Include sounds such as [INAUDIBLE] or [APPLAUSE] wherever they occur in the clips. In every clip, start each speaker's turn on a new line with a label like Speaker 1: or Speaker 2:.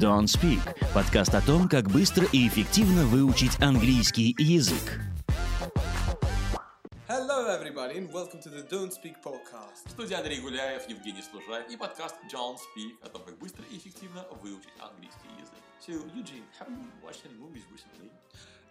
Speaker 1: Don't Speak – подкаст о том, как быстро и эффективно выучить английский язык.
Speaker 2: Hello, everybody, and welcome to the Don't Speak podcast.
Speaker 3: В студии Андрей Гуляев, Евгений Служаев и подкаст John Speak о том, как быстро и эффективно выучить английский язык. So, Eugene, have you watched any movies recently?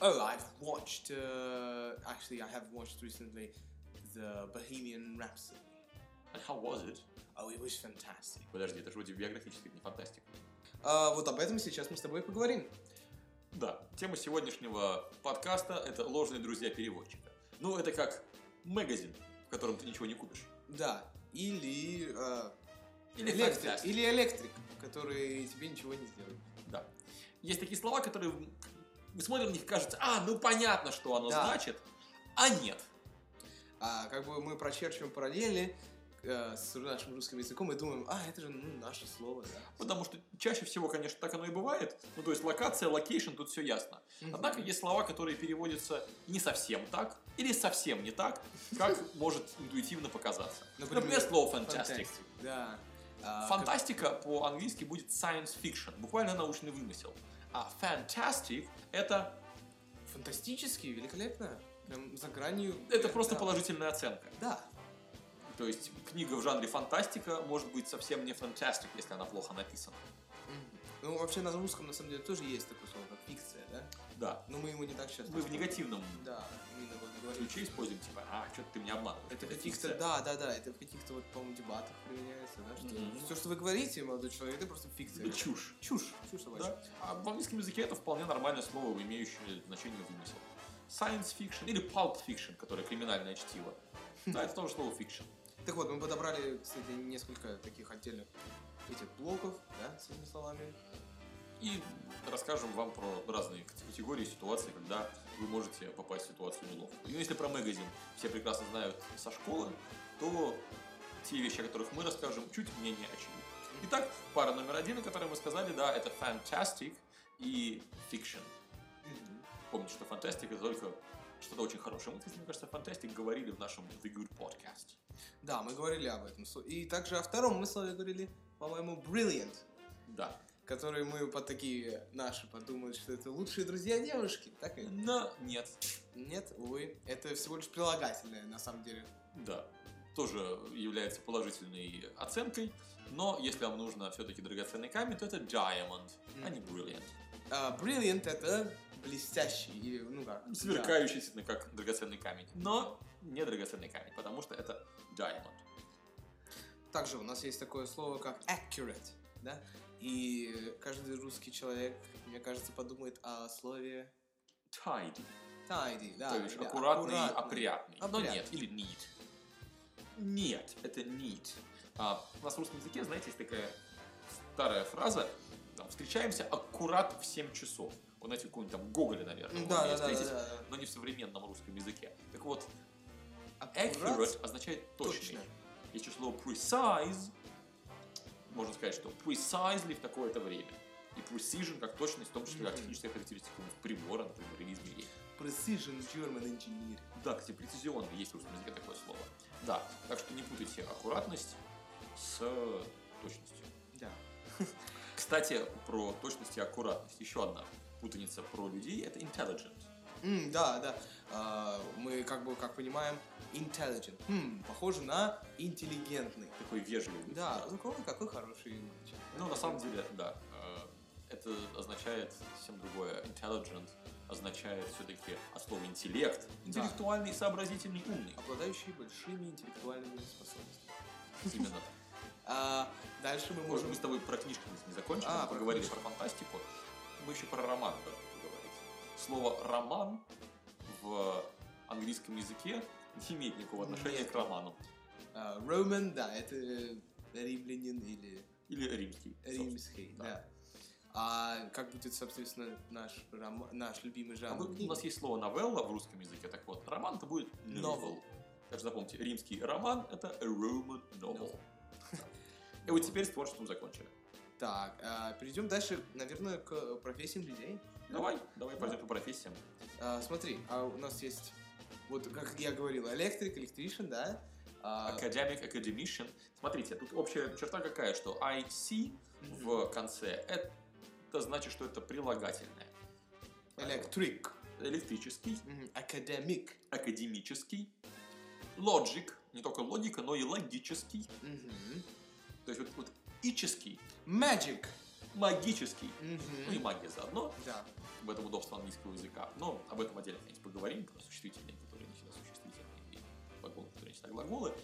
Speaker 2: Oh, I've watched. Uh, actually, I have watched recently the Bohemian Rhapsody.
Speaker 3: And how was it?
Speaker 2: Oh, it was fantastic.
Speaker 3: Подожди, это же вроде биографически, это не фантастика.
Speaker 2: А, вот об этом сейчас мы с тобой и поговорим.
Speaker 3: Да, тема сегодняшнего подкаста – это ложные друзья переводчика. Ну, это как магазин, в котором ты ничего не купишь.
Speaker 2: Да, или э,
Speaker 3: Или
Speaker 2: электрик,
Speaker 3: фантастик.
Speaker 2: или электрик, который тебе ничего не сделает.
Speaker 3: Да. Есть такие слова, которые м, мы смотрим на них, кажется, а, ну понятно, что оно
Speaker 2: Да.
Speaker 3: значит, а нет.
Speaker 2: А как бы мы прочерчиваем параллели э, с нашим русским языком и думаем, а это же ну, наше слово, да.
Speaker 3: Потому что чаще всего, конечно, так оно и бывает. Ну, то есть локация, локейшн, тут все ясно. Однако есть слова, которые переводятся не совсем так, или совсем не так,
Speaker 2: [LAUGHS]
Speaker 3: как может интуитивно показаться.
Speaker 2: Например,
Speaker 3: Например, слово
Speaker 2: Фантастик,
Speaker 3: fantastic.
Speaker 2: Да. А, как-
Speaker 3: Фантастика по-английски будет science fiction, буквально научный вымысел. А fantastic это,
Speaker 2: Фантастически, великолепно. Прям за гранью.
Speaker 3: это просто
Speaker 2: Да.
Speaker 3: положительная оценка.
Speaker 2: Да.
Speaker 3: То есть книга в жанре фантастика может быть совсем не фантастик, если она плохо написана.
Speaker 2: Мгм. Ну, вообще на русском, на самом деле, тоже есть такое слово, как фикция, да?
Speaker 3: Да.
Speaker 2: Но мы его не так часто...
Speaker 3: Мы в
Speaker 2: используем.
Speaker 3: негативном
Speaker 2: Да, именно вот говорим.
Speaker 3: ключе используем, типа, а, что ты меня обманываешь.
Speaker 2: Это в
Speaker 3: фикция.
Speaker 2: каких-то, да, да, да, это в каких-то вот, по-моему, дебатах применяется, да, что
Speaker 3: Мгм.
Speaker 2: все, что вы говорите, молодой человек, это просто фикция.
Speaker 3: Это чушь. Чушь.
Speaker 2: Чушь собачья.
Speaker 3: Да. А в английском языке это вполне нормальное слово, имеющее значение вымысел. Science fiction или pulp fiction, которое криминальное чтиво. Да, это тоже слово fiction.
Speaker 2: Так вот, мы подобрали, кстати, несколько таких отдельных этих блоков, да, с этими словами.
Speaker 3: И расскажем вам про разные категории ситуаций, когда вы можете попасть в ситуацию неловкую. Ну, если про магазин все прекрасно знают со школы, то те вещи, о которых мы расскажем, чуть менее очевидны. Итак, пара номер один, о которой мы сказали, да, это fantastic и fiction. Помните, что фантастика это только что-то очень хорошее. Мы, кстати, мне кажется, фантастик говорили в нашем The Good Podcast.
Speaker 2: Да, мы говорили об этом. сло- И также о втором мы с вами говорили, по-моему, brilliant,
Speaker 3: Да.
Speaker 2: которые мы под такие наши подумали, что это лучшие друзья девушки, так ведь?
Speaker 3: Но нет.
Speaker 2: Нет, увы, это всего лишь прилагательное, на самом деле.
Speaker 3: Да. Тоже является положительной оценкой, но если вам нужно все-таки драгоценный камень, то это diamond, а не brilliant.
Speaker 2: А, brilliant это блестящий, или, ну как. да.
Speaker 3: Сверкающий, действительно, как драгоценный камень, но не драгоценный камень, потому что это diamond.
Speaker 2: Также у нас есть такое слово, как accurate, да? И каждый русский человек, мне кажется, подумает о слове
Speaker 3: Tidy,
Speaker 2: tidy, да.
Speaker 3: то есть
Speaker 2: или
Speaker 3: аккуратный, опрятный. Но
Speaker 2: Опрятный.
Speaker 3: нет, или neat. Нет, это neat. А, у нас в русском языке, знаете, есть такая старая фраза, там, встречаемся аккурат в 7 часов. Вот знаете, какой-нибудь там Гоголя, наверное,
Speaker 2: М,
Speaker 3: вы
Speaker 2: Да,
Speaker 3: умеете
Speaker 2: да, да, да,
Speaker 3: встретить.
Speaker 2: да.
Speaker 3: но не в современном русском языке. Так вот,
Speaker 2: да.
Speaker 3: accurate
Speaker 2: Аккурат-
Speaker 3: означает точный.
Speaker 2: Точно.
Speaker 3: Есть еще слово precise. Можно сказать, что precisely в такое-то время. И precision как точность, в том числе как
Speaker 2: Мгм.
Speaker 3: техническая характеристика какого-нибудь прибора, например, или измерения.
Speaker 2: Precision German Engineer.
Speaker 3: Да, кстати, прецизионно есть в русском языке такое слово. Да, так что не путайте аккуратность с э, точностью.
Speaker 2: Да.
Speaker 3: Кстати, про точность и аккуратность. Еще одна путаница про людей – это intelligent.
Speaker 2: М, да, да. А, мы как бы, как понимаем, intelligent. М, похоже на интеллигентный.
Speaker 3: Такой вежливый.
Speaker 2: Да, ну какой, какой хороший мальчик.
Speaker 3: Ну, на самом деле, да. Э, Это означает совсем другое. Intelligent означает все-таки от слова интеллект.
Speaker 2: Да.
Speaker 3: Интеллектуальный, сообразительный, умный.
Speaker 2: Обладающий большими интеллектуальными способностями.
Speaker 3: Именно так.
Speaker 2: А, дальше мы
Speaker 3: Ну, Может,
Speaker 2: можем...
Speaker 3: мы с тобой про книжки не закончили,
Speaker 2: А,
Speaker 3: мы
Speaker 2: про
Speaker 3: поговорили
Speaker 2: книжки.
Speaker 3: про фантастику. Мы еще про роман должны поговорить. Слово «роман» в английском языке не имеет никакого отношения
Speaker 2: Нет.
Speaker 3: к роману.
Speaker 2: А, Roman, да, это э, римлянин или
Speaker 3: Или римский. собственно.
Speaker 2: римский,
Speaker 3: да.
Speaker 2: да. А как будет, соответственно, наш, рома- наш любимый
Speaker 3: А
Speaker 2: жанр?
Speaker 3: вы- у нас есть слово новелла в русском языке, так вот, роман это будет novel.
Speaker 2: Novel.
Speaker 3: Так что запомните, римский роман это a Roman novel.
Speaker 2: [LAUGHS] Novel.
Speaker 3: И вот теперь с творчеством закончили.
Speaker 2: Так, а, перейдем дальше, наверное, к профессиям людей.
Speaker 3: Давай, давай пойдем по профессиям.
Speaker 2: А, смотри, а у нас есть, вот как я говорил, электрик, электричен, да? А,
Speaker 3: Academic, academician. Смотрите, тут общая черта какая, что IC
Speaker 2: мгм.
Speaker 3: в конце это это значит, что это прилагательное.
Speaker 2: Электрик.
Speaker 3: Электрический,
Speaker 2: Мгм. Академик.
Speaker 3: академический, лоджик, не только логика, но и логический.
Speaker 2: Мгм.
Speaker 3: То есть вот, вот ический,
Speaker 2: Magic.
Speaker 3: магический, ну и
Speaker 2: Мгм.
Speaker 3: магия заодно,
Speaker 2: Да.
Speaker 3: в этом удобство английского языка. Но об этом отдельно, конечно, поговорим, про существительные, которые не всегда существительные, и глаголы, которые не всегда глаголы.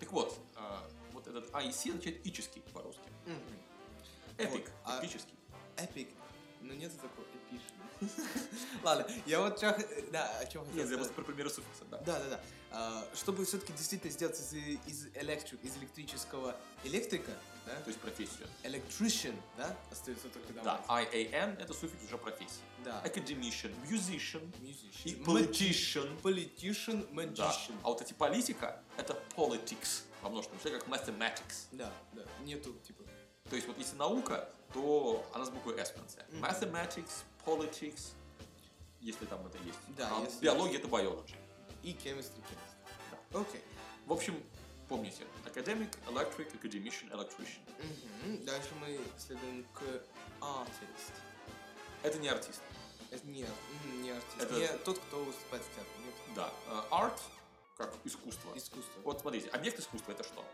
Speaker 3: Так вот, а, вот этот IC означает ический по-русски.
Speaker 2: Мгм.
Speaker 3: Эпик,
Speaker 2: Вот, а-
Speaker 3: эпический.
Speaker 2: Эпик. Ну нет такого эпичного. [LAUGHS] Ладно, я вот чё х- Да, о чем хотел
Speaker 3: Нет, я
Speaker 2: сказать.
Speaker 3: просто про примеры суффикса, да.
Speaker 2: э, Да, да, да. А, Чтобы все-таки действительно сделать из, из electric, из электрического электрика, да,
Speaker 3: То есть профессию.
Speaker 2: electrician, да, остается только
Speaker 3: Да,
Speaker 2: добавить.
Speaker 3: IAN — это суффикс уже профессии.
Speaker 2: Да.
Speaker 3: Academician, musician и
Speaker 2: Musician.
Speaker 3: politician.
Speaker 2: Politician,
Speaker 3: Да.
Speaker 2: magician.
Speaker 3: А вот эти политика — это politics во множественном числе, как mathematics.
Speaker 2: Да, да. Нету, типа,
Speaker 3: То есть вот если наука, то она с буквой S в конце.
Speaker 2: Мгм.
Speaker 3: Mathematics, politics, если там это есть.
Speaker 2: Да,
Speaker 3: А
Speaker 2: если
Speaker 3: биология это biology.
Speaker 2: и chemistry, chemistry. Окей.
Speaker 3: В общем, помните, academic, electric, academician, electrician.
Speaker 2: Мгм. Дальше мы следуем к artist.
Speaker 3: Это не артист.
Speaker 2: Это не, м, не артист.
Speaker 3: Это-
Speaker 2: Не тот, кто выступает в театре. Нет.
Speaker 3: Да. Э, Art как искусство.
Speaker 2: Искусство.
Speaker 3: Вот смотрите, объект искусства это что?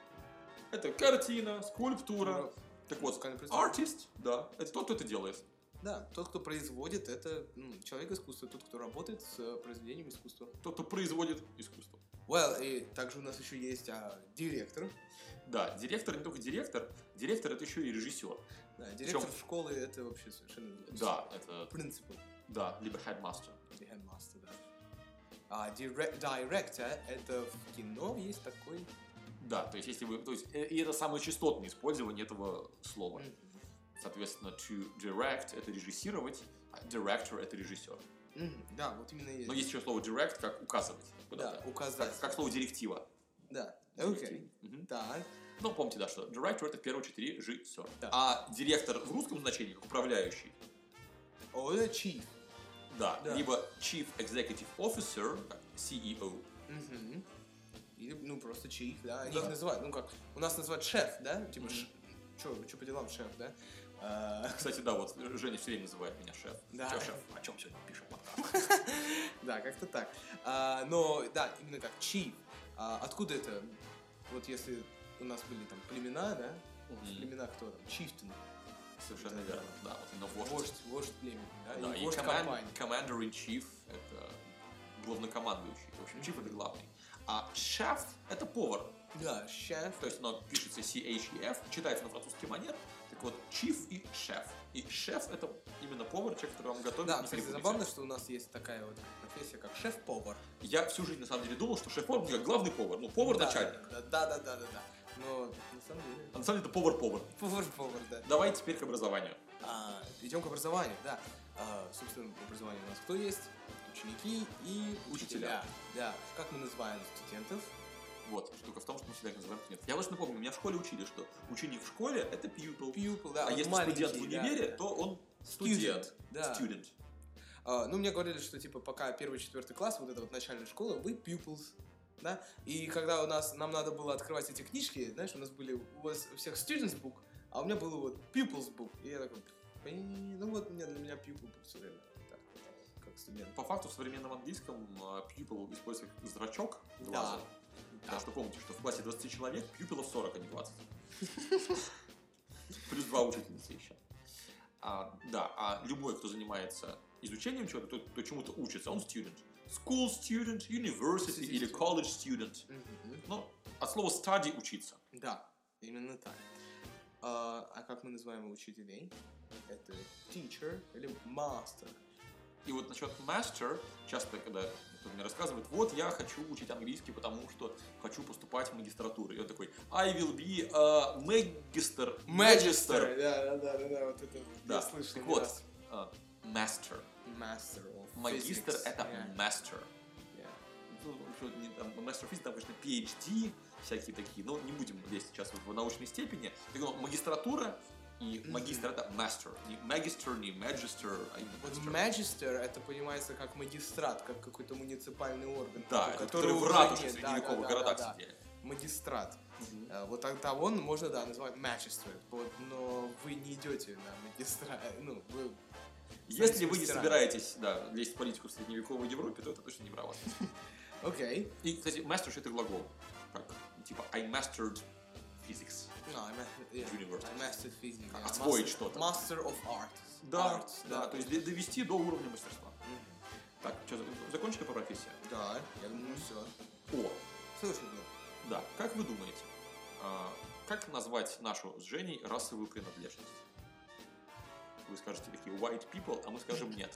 Speaker 3: Это картина,
Speaker 2: Ну,
Speaker 3: скульптура. Так вот,
Speaker 2: Музыкальный производитель.
Speaker 3: артист, да, это тот, кто это делает.
Speaker 2: Да, тот, кто производит, это ну, человек искусства, тот, кто работает с э, произведением искусства.
Speaker 3: Тот, кто производит искусство.
Speaker 2: Well, и также у нас еще есть а, директор.
Speaker 3: Да, директор не только директор, директор это еще и режиссер.
Speaker 2: Да, директор
Speaker 3: Причем-
Speaker 2: школы это вообще совершенно
Speaker 3: Да, это,
Speaker 2: принципы
Speaker 3: да, либо headmaster.
Speaker 2: headmaster, да. А дире- директор это в кино есть такой.
Speaker 3: Да, то есть если вы, то есть э, и это самое частотное использование этого слова.
Speaker 2: Мгм.
Speaker 3: Соответственно, to direct это режиссировать, а director это режиссер.
Speaker 2: Мгм, Да, вот именно
Speaker 3: Но Ну, есть еще слово direct как указывать.
Speaker 2: Э, Да,
Speaker 3: куда-то.
Speaker 2: указать.
Speaker 3: Как, как слово директива.
Speaker 2: Да. Окей.
Speaker 3: Директив. Мгм.
Speaker 2: Да.
Speaker 3: Ну, помните, да, что director это в первую очередь режиссер.
Speaker 2: Да.
Speaker 3: А директор в русском значении как управляющий,
Speaker 2: О, а это chief.
Speaker 3: да,
Speaker 2: Да.
Speaker 3: либо chief executive officer, E как CEO.
Speaker 2: Мгм. Или, ну, просто чаих, да. Они
Speaker 3: Да.
Speaker 2: их называют, ну, как, у нас называют шеф, да? Типа,
Speaker 3: Мгм.
Speaker 2: ш... чё, чё по делам шеф, да? А, [LAUGHS]
Speaker 3: Кстати, да, вот Женя все время называет меня шеф.
Speaker 2: Да.
Speaker 3: Чё, шеф, о чем сегодня
Speaker 2: [LAUGHS]
Speaker 3: пишем подкаст?
Speaker 2: да, как-то так. А, но, да, именно как чаих. А, откуда это? Вот если у нас были там племена, да? Вот
Speaker 3: Мгм.
Speaker 2: Племена кто там? Чифтен.
Speaker 3: Совершенно
Speaker 2: Да.
Speaker 3: верно, да, вот именно вождь.
Speaker 2: Вождь, вождь племени, да?
Speaker 3: Да,
Speaker 2: Э, и
Speaker 3: и
Speaker 2: вождь компании.
Speaker 3: commander in chief это главнокомандующий. В общем, чиф это главный. А шеф это повар.
Speaker 2: Да, шеф.
Speaker 3: То есть оно пишется C-H-E-F, читается на французский манер. Так вот, чиф и шеф. И шеф это именно повар, человек, который вам готовит.
Speaker 2: Да,
Speaker 3: не
Speaker 2: кстати,
Speaker 3: перепутайте.
Speaker 2: забавно, что у нас есть такая вот профессия, как шеф-повар.
Speaker 3: Я всю жизнь на самом деле думал, что шеф-повар ну, как главный повар, ну повар
Speaker 2: Да,
Speaker 3: начальник.
Speaker 2: Да, да, да, да, да, да. Но на самом деле... [LAUGHS]
Speaker 3: А на самом деле это повар-повар.
Speaker 2: Повар-повар, да.
Speaker 3: Давай теперь к образованию.
Speaker 2: идем к образованию, да. А, собственно, по образованию у нас кто есть? Ученики и учителя.
Speaker 3: Учителя.
Speaker 2: Да. Как мы называем студентов?
Speaker 3: Вот, штука в том, что мы всегда их называем нет. Я точно помню, меня в школе учили, что ученик в школе это pupil.
Speaker 2: Pupil, да.
Speaker 3: а
Speaker 2: вот
Speaker 3: если
Speaker 2: маленькие,
Speaker 3: студент в
Speaker 2: да,
Speaker 3: универе,
Speaker 2: да.
Speaker 3: то он
Speaker 2: Student,
Speaker 3: студент.
Speaker 2: Да.
Speaker 3: Student.
Speaker 2: А, ну, мне говорили, что, типа, пока первый-четвертый класс, вот эта вот начальная школа, вы pupils. Да? И когда у нас, нам надо было открывать эти книжки, знаешь, у нас были у вас у всех students book, а у меня было вот pupils book. И я такой, «Блин, ну вот у меня, для меня pupil book все время. Так, вот, как студент.
Speaker 3: По факту в современном английском э, pupil используется как зрачок глаза. Потому что помните, что в классе 20 человек, пьюпилов 40, а не 20. Плюс два учительницы еще. А, да, а любой, кто занимается изучением чего-то, кто, кто чему-то учится, он student. School student, university или college student.
Speaker 2: Мгм.
Speaker 3: Ну, от слова study учиться.
Speaker 2: Да, именно так. А, а как мы называем учителей? Это teacher или master.
Speaker 3: И вот насчет master, часто, когда кто-то мне рассказывает, вот я хочу учить английский, потому что хочу поступать в магистратуру. И он такой, I will be a magister.
Speaker 2: Magister! Да, да, да, да, да, вот это я
Speaker 3: Да,
Speaker 2: слышал.
Speaker 3: так
Speaker 2: не
Speaker 3: вот.
Speaker 2: раз.
Speaker 3: А, master.
Speaker 2: Master of
Speaker 3: Магистр
Speaker 2: physics.
Speaker 3: это
Speaker 2: Yeah,
Speaker 3: master.
Speaker 2: yeah.
Speaker 3: Ну, в общем, не там, master of physics, там, конечно, PhD, всякие такие, но не будем лезть сейчас в научной степени. Так, ну, магистратура и
Speaker 2: Мгм.
Speaker 3: магистр это master. Не магистр, не magister, а именно
Speaker 2: Вот
Speaker 3: master.
Speaker 2: magister это понимается как магистрат, как какой-то муниципальный орган.
Speaker 3: Да,
Speaker 2: такой,
Speaker 3: это которые в
Speaker 2: уже
Speaker 3: ратуше
Speaker 2: нет. Да, да,
Speaker 3: средневековых
Speaker 2: да, да,
Speaker 3: городах
Speaker 2: да.
Speaker 3: сидели.
Speaker 2: Магистрат.
Speaker 3: Мгм.
Speaker 2: Э, Вот тогда он можно, да, называть magistrate, вот, но вы не идете на магистра, ну, вы
Speaker 3: Если вы не
Speaker 2: мастера.
Speaker 3: собираетесь да, лезть в политику в средневековой Европе, то это точно не про вас.
Speaker 2: Окей.
Speaker 3: И, кстати, master это глагол. Как, типа, I mastered physics.
Speaker 2: No, I ma- yeah.
Speaker 3: University. А
Speaker 2: I mastered physics. yeah.
Speaker 3: Освоить
Speaker 2: Master-
Speaker 3: что-то.
Speaker 2: Master of Arts.
Speaker 3: Да,
Speaker 2: Arts,
Speaker 3: да, то есть д- довести до уровня мастерства.
Speaker 2: Мгм.
Speaker 3: Так, что, закончили по профессии?
Speaker 2: Да, я думаю, все.
Speaker 3: О,
Speaker 2: Слушай, ну,
Speaker 3: да, как вы думаете, а, как назвать нашу с Женей расовую принадлежность? Вы скажете такие white people, а мы скажем нет.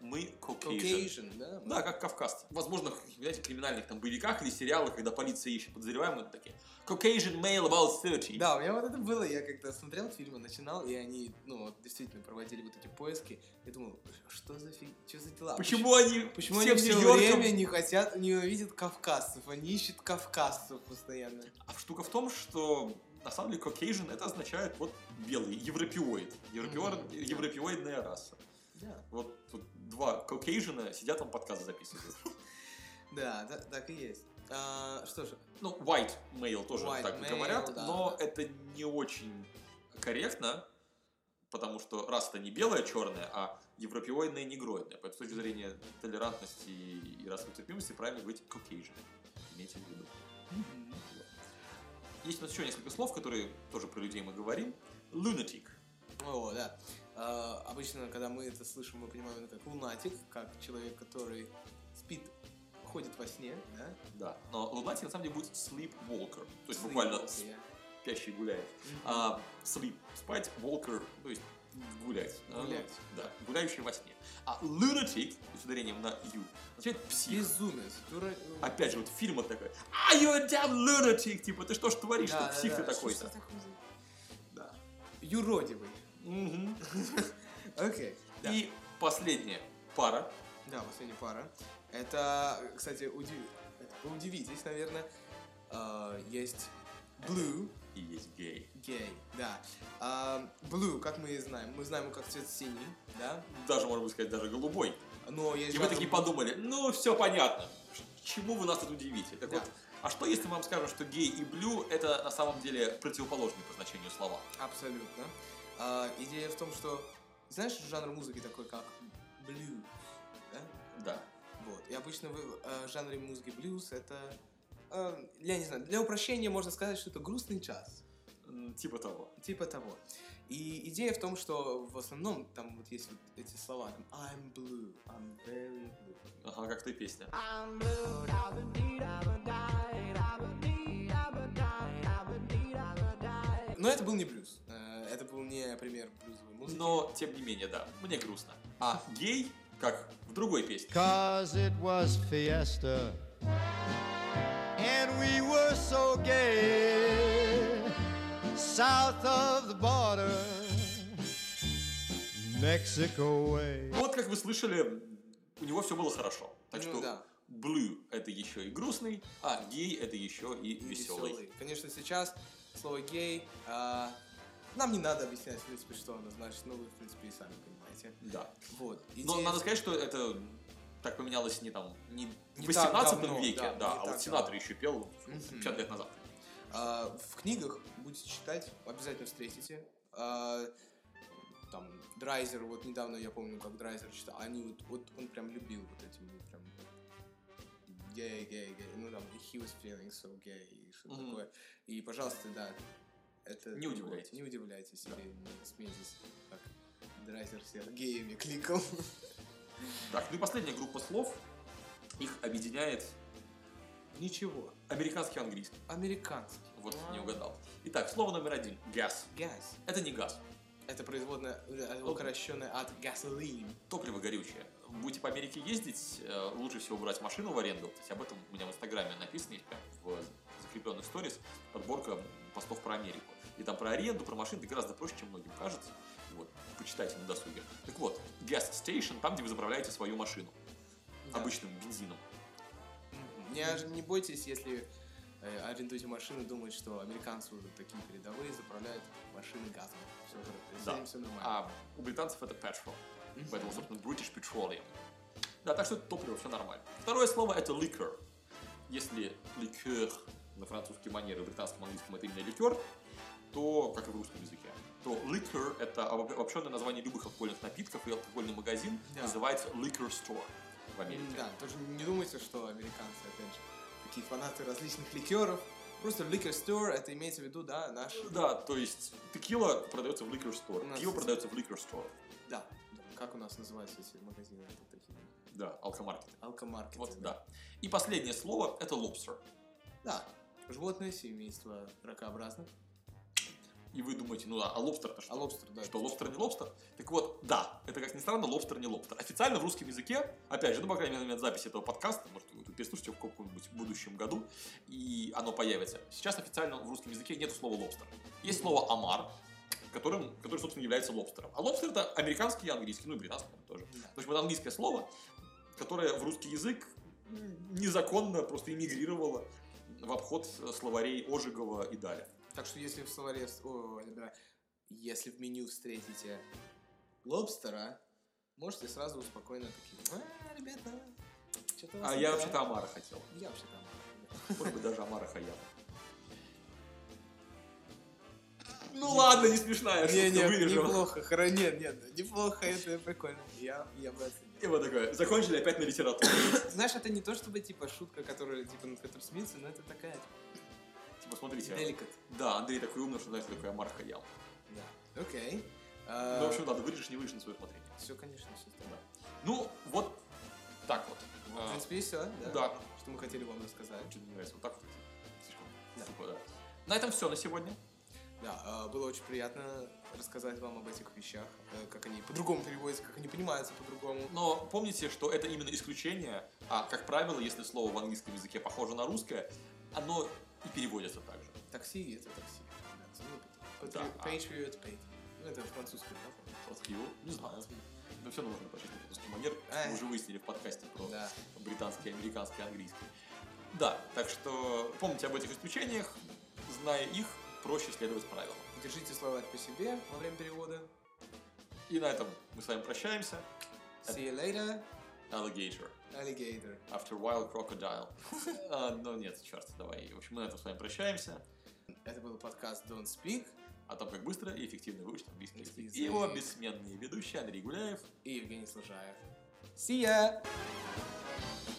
Speaker 3: Мы Caucasian.
Speaker 2: Caucasian, да?
Speaker 3: Да, как кавказцы. Возможно, в знаете, криминальных там боевиках или сериалах, когда полиция ищет подозреваемых, такие Caucasian male about 30.
Speaker 2: Да, у меня вот это было, я когда смотрел фильмы, начинал, и они, ну, вот действительно проводили вот эти поиски, и думал, что за фиг, что за дела?
Speaker 3: Почему они
Speaker 2: Почему
Speaker 3: все
Speaker 2: они
Speaker 3: в
Speaker 2: все
Speaker 3: Нью-Йорке?
Speaker 2: время не хотят, не видят кавказцев, они ищут кавказцев постоянно.
Speaker 3: А штука в том, что на самом деле Caucasian это означает вот белый, европеоид. Европеор-
Speaker 2: Мгм.
Speaker 3: Европеоидная раса.
Speaker 2: Да.
Speaker 3: Вот тут два Caucasian сидят там подкаст записывают.
Speaker 2: Да, та- так и есть. А, что же,
Speaker 3: Ну, white male тоже
Speaker 2: White
Speaker 3: так
Speaker 2: male,
Speaker 3: говорят,
Speaker 2: да,
Speaker 3: но
Speaker 2: да.
Speaker 3: это не очень корректно, потому что раса-то не белая, черная, а европеоидная, негроидная. Поэтому с точки зрения толерантности и расовой терпимости правильно говорить Caucasian. Имейте в виду. Есть у нас еще несколько слов, которые тоже про людей мы говорим. Lunatic.
Speaker 2: О, да. А, обычно, когда мы это слышим, мы понимаем это как лунатик, как человек, который спит, ходит во сне, да?
Speaker 3: Да, но лунатик на самом деле будет sleepwalker, то есть буквально
Speaker 2: Sleepwalker, я.
Speaker 3: спящий гуляет.
Speaker 2: Мгм.
Speaker 3: А sleep, спать, walker, то есть гулять. А,
Speaker 2: Гулять.
Speaker 3: Да, гуляющий во сне. А lunatic, с ударением на you, означает псих. А
Speaker 2: Безумец. дура-
Speaker 3: Опять же, вот фильм вот такой, а you a damn lunatic, типа, ты что ж творишь,
Speaker 2: Да,
Speaker 3: ты
Speaker 2: да,
Speaker 3: псих
Speaker 2: да.
Speaker 3: ты такой-то.
Speaker 2: Что ж ты такой?
Speaker 3: Да.
Speaker 2: Юродивый.
Speaker 3: Мгм.
Speaker 2: [LAUGHS] Окей. Да.
Speaker 3: И последняя пара,
Speaker 2: Да, последняя пара. Это, кстати, уди- это вы удивитесь, наверное. А, есть blue,
Speaker 3: и есть гей.
Speaker 2: гей, да. А, blue, как мы и знаем, мы знаем его как цвет синий, да.
Speaker 3: Даже, можно сказать, даже голубой.
Speaker 2: Но есть
Speaker 3: И вы
Speaker 2: разные-
Speaker 3: такие подумали, ну все понятно, Ш- чему вы нас тут удивите? Так
Speaker 2: Да.
Speaker 3: вот, а что если мы вам скажем, что гей и блю это на самом деле противоположные по значению слова?
Speaker 2: Абсолютно. А, идея в том, что знаешь жанр музыки такой как блюз, да?
Speaker 3: Да.
Speaker 2: Вот. И обычно в э, жанре музыки блюз это, э, я не знаю, для упрощения можно сказать, что это грустный час.
Speaker 3: М, Типа того.
Speaker 2: Типа того. И идея в том, что в основном там вот есть вот эти слова, там, I'm blue, I'm very blue.
Speaker 3: Ага, как ты песня.
Speaker 2: А.
Speaker 4: I'm blue, I've been deed, I've been died, I've been deed, I've been died, I've been deed, I've been died.
Speaker 2: Но это был не блюз. Э, Это был не пример блюзовой музыки.
Speaker 3: Но, тем не менее, да, мне грустно. А гей, как в другой песне.
Speaker 5: Cause it was fiesta. And we were so gay. South of the border, Mexico way.
Speaker 3: Ну, Вот как вы слышали, у него все было хорошо. Так
Speaker 2: Ну
Speaker 3: что
Speaker 2: да.
Speaker 3: блю это еще и грустный, а гей это еще и
Speaker 2: и
Speaker 3: веселый.
Speaker 2: Конечно, сейчас слово гей а, нам не надо объяснять, в принципе, что оно значит, но вы, в принципе, и сами понимаете.
Speaker 3: Да.
Speaker 2: Вот.
Speaker 3: Но
Speaker 2: идея-
Speaker 3: надо сказать, что это так поменялось не там, не в
Speaker 2: Не
Speaker 3: 18
Speaker 2: так давно,
Speaker 3: веке, да,
Speaker 2: да, не
Speaker 3: а вот
Speaker 2: так
Speaker 3: Синатра
Speaker 2: давно.
Speaker 3: еще пел
Speaker 2: Мгм.
Speaker 3: 50 лет назад.
Speaker 2: а, в книгах будете читать, обязательно встретите. А, там Драйзер, вот недавно я помню, как Драйзер читал, они вот, вот он прям любил вот этим вот прям гей, гей, гей, ну там he was feeling so gay и что-то
Speaker 3: Мгм.
Speaker 2: такое. И, пожалуйста, да, это
Speaker 3: Не удивляйтесь.
Speaker 2: Не удивляйтесь или не смейтесь, как Драйзер всех геями кликал.
Speaker 3: Так, ну и последняя группа слов. Их объединяет
Speaker 2: Ничего.
Speaker 3: американский и английский.
Speaker 2: Американский.
Speaker 3: Вот
Speaker 2: А.
Speaker 3: не угадал. Итак, слово номер один. Газ.
Speaker 2: Газ.
Speaker 3: Это не газ.
Speaker 2: Это производное, э,
Speaker 3: Ну.
Speaker 2: укращенное от gasoline.
Speaker 3: Топливо горючее. Будете по Америке ездить, э, лучше всего брать машину в аренду. То есть об этом у меня в Инстаграме написано, есть прям в закрепленных сторис подборка постов про Америку. И там про аренду, про машины гораздо проще, чем многим кажется. Вот, почитайте на досуге. Так вот, gas station, там, где вы заправляете свою машину.
Speaker 2: Да.
Speaker 3: Обычным бензином.
Speaker 2: Мгм. Не, ож- не бойтесь, если э, арендуете машину, думать, что американцы вот такие передовые заправляют машины газом. Все хорошо,
Speaker 3: Да.
Speaker 2: с ним все нормально.
Speaker 3: А у британцев это petrol.
Speaker 2: Мгм.
Speaker 3: Поэтому, собственно, British Petroleum. Да, так что это топливо, все нормально. Второе слово это liquor. Если liqueur на французские манеры, в британском английском это именно ликер, то, как и в русском языке, то liquor – это обоб- обобщенное название любых алкогольных напитков, и алкогольный магазин
Speaker 2: Да.
Speaker 3: называется liquor store в Америке.
Speaker 2: Да, тоже не думайте, что американцы, опять же, такие фанаты различных ликеров. Просто liquor store, это имеется в виду, да, наш...
Speaker 3: Да, то есть текила продается в
Speaker 2: У
Speaker 3: liquor store,
Speaker 2: нас
Speaker 3: пиво
Speaker 2: есть-
Speaker 3: продается в liquor store.
Speaker 2: Да. Как у нас называются эти магазины? Это такие
Speaker 3: Да, алкомаркеты.
Speaker 2: алкомаркеты.
Speaker 3: Вот, да. И последнее слово – это lobster.
Speaker 2: Да. Животное семейство ракообразных.
Speaker 3: И вы думаете, ну да, а лобстер-то что?
Speaker 2: А лобстер, да.
Speaker 3: Что, лобстер не лобстер? Так вот, да, это, как ни странно, лобстер не лобстер. Официально в русском языке, опять же, ну, по крайней мере, на момент записи этого подкаста, может, вы это переслушаете в каком-нибудь будущем году, и оно появится. Сейчас официально в русском языке нет слова лобстер. Есть слово омар, которым, который, собственно, является лобстером. А лобстер это американский и английский, ну и британский наверное, тоже.
Speaker 2: Да.
Speaker 3: В общем, это английское слово, которое в русский язык м, незаконно просто эмигрировало в обход э, словарей Ожегова и далее.
Speaker 2: Так что если в словаре... вс- о, да. Если в меню встретите лобстера, можете сразу спокойно такие... А, ребята, что-то
Speaker 3: А я вообще-то Амара хотел.
Speaker 2: Я вообще там.
Speaker 3: Может быть, даже Амара Хаяма. Ну ладно, не смешная,
Speaker 2: Не,
Speaker 3: что
Speaker 2: не,
Speaker 3: вырежем.
Speaker 2: неплохо, хоро- нет, нет, неплохо, это прикольно. Я, я бы оценил.
Speaker 3: И вот такое, закончили опять на литературу.
Speaker 2: Знаешь, это не то чтобы типа шутка, которая типа над которой смеется, но это такая
Speaker 3: Типа, смотрите,
Speaker 2: деликат.
Speaker 3: да, Андрей такой умный, что знает, что такое Амар Хаяма.
Speaker 2: Да. Окей.
Speaker 3: Ну,
Speaker 2: Э.
Speaker 3: в общем, ладно, вырежешь, не вырежешь на свое смотрение.
Speaker 2: все, конечно, все
Speaker 3: Да. Ну, вот так вот.
Speaker 2: В
Speaker 3: А,
Speaker 2: принципе, все, да?
Speaker 3: Да,
Speaker 2: Что мы хотели вам рассказать.
Speaker 3: что-то не нравится. Вот так вот. Слишком
Speaker 2: Да.
Speaker 3: сухо, да. На этом все на сегодня.
Speaker 2: Да, а, было очень приятно рассказать вам об этих вещах, э, как они по-другому переводятся, как они понимаются по-другому.
Speaker 3: Но помните, что это именно исключение, а как правило, если слово в английском языке похоже на русское, оно и переводится так же.
Speaker 2: Такси — это такси. Да, ну, патри-
Speaker 3: Да, а-
Speaker 2: Patriot Paid. Ну, это французский, да?
Speaker 3: Вот его, не знаю. Ну все нужно почти на русский манер.
Speaker 2: Ай.
Speaker 3: Мы уже выяснили в подкасте про
Speaker 2: Э. Да.
Speaker 3: британский, американский, английский. Да, так что помните об этих исключениях, зная их, проще следовать правилам.
Speaker 2: Держите словарь по себе во время перевода.
Speaker 3: И на этом мы с вами прощаемся.
Speaker 2: See you later,
Speaker 3: Alligator.
Speaker 2: alligator.
Speaker 3: After while crocodile. [LAUGHS] А, ну нет, черт, давай. В общем, мы на этом с вами прощаемся.
Speaker 2: Это был подкаст Don't Speak
Speaker 3: О том, как быстро и эффективно выучить английский язык.
Speaker 2: Английский
Speaker 3: И его
Speaker 2: язык.
Speaker 3: бессменные ведущие Андрей Гуляев
Speaker 2: и Евгений Служаев. See ya!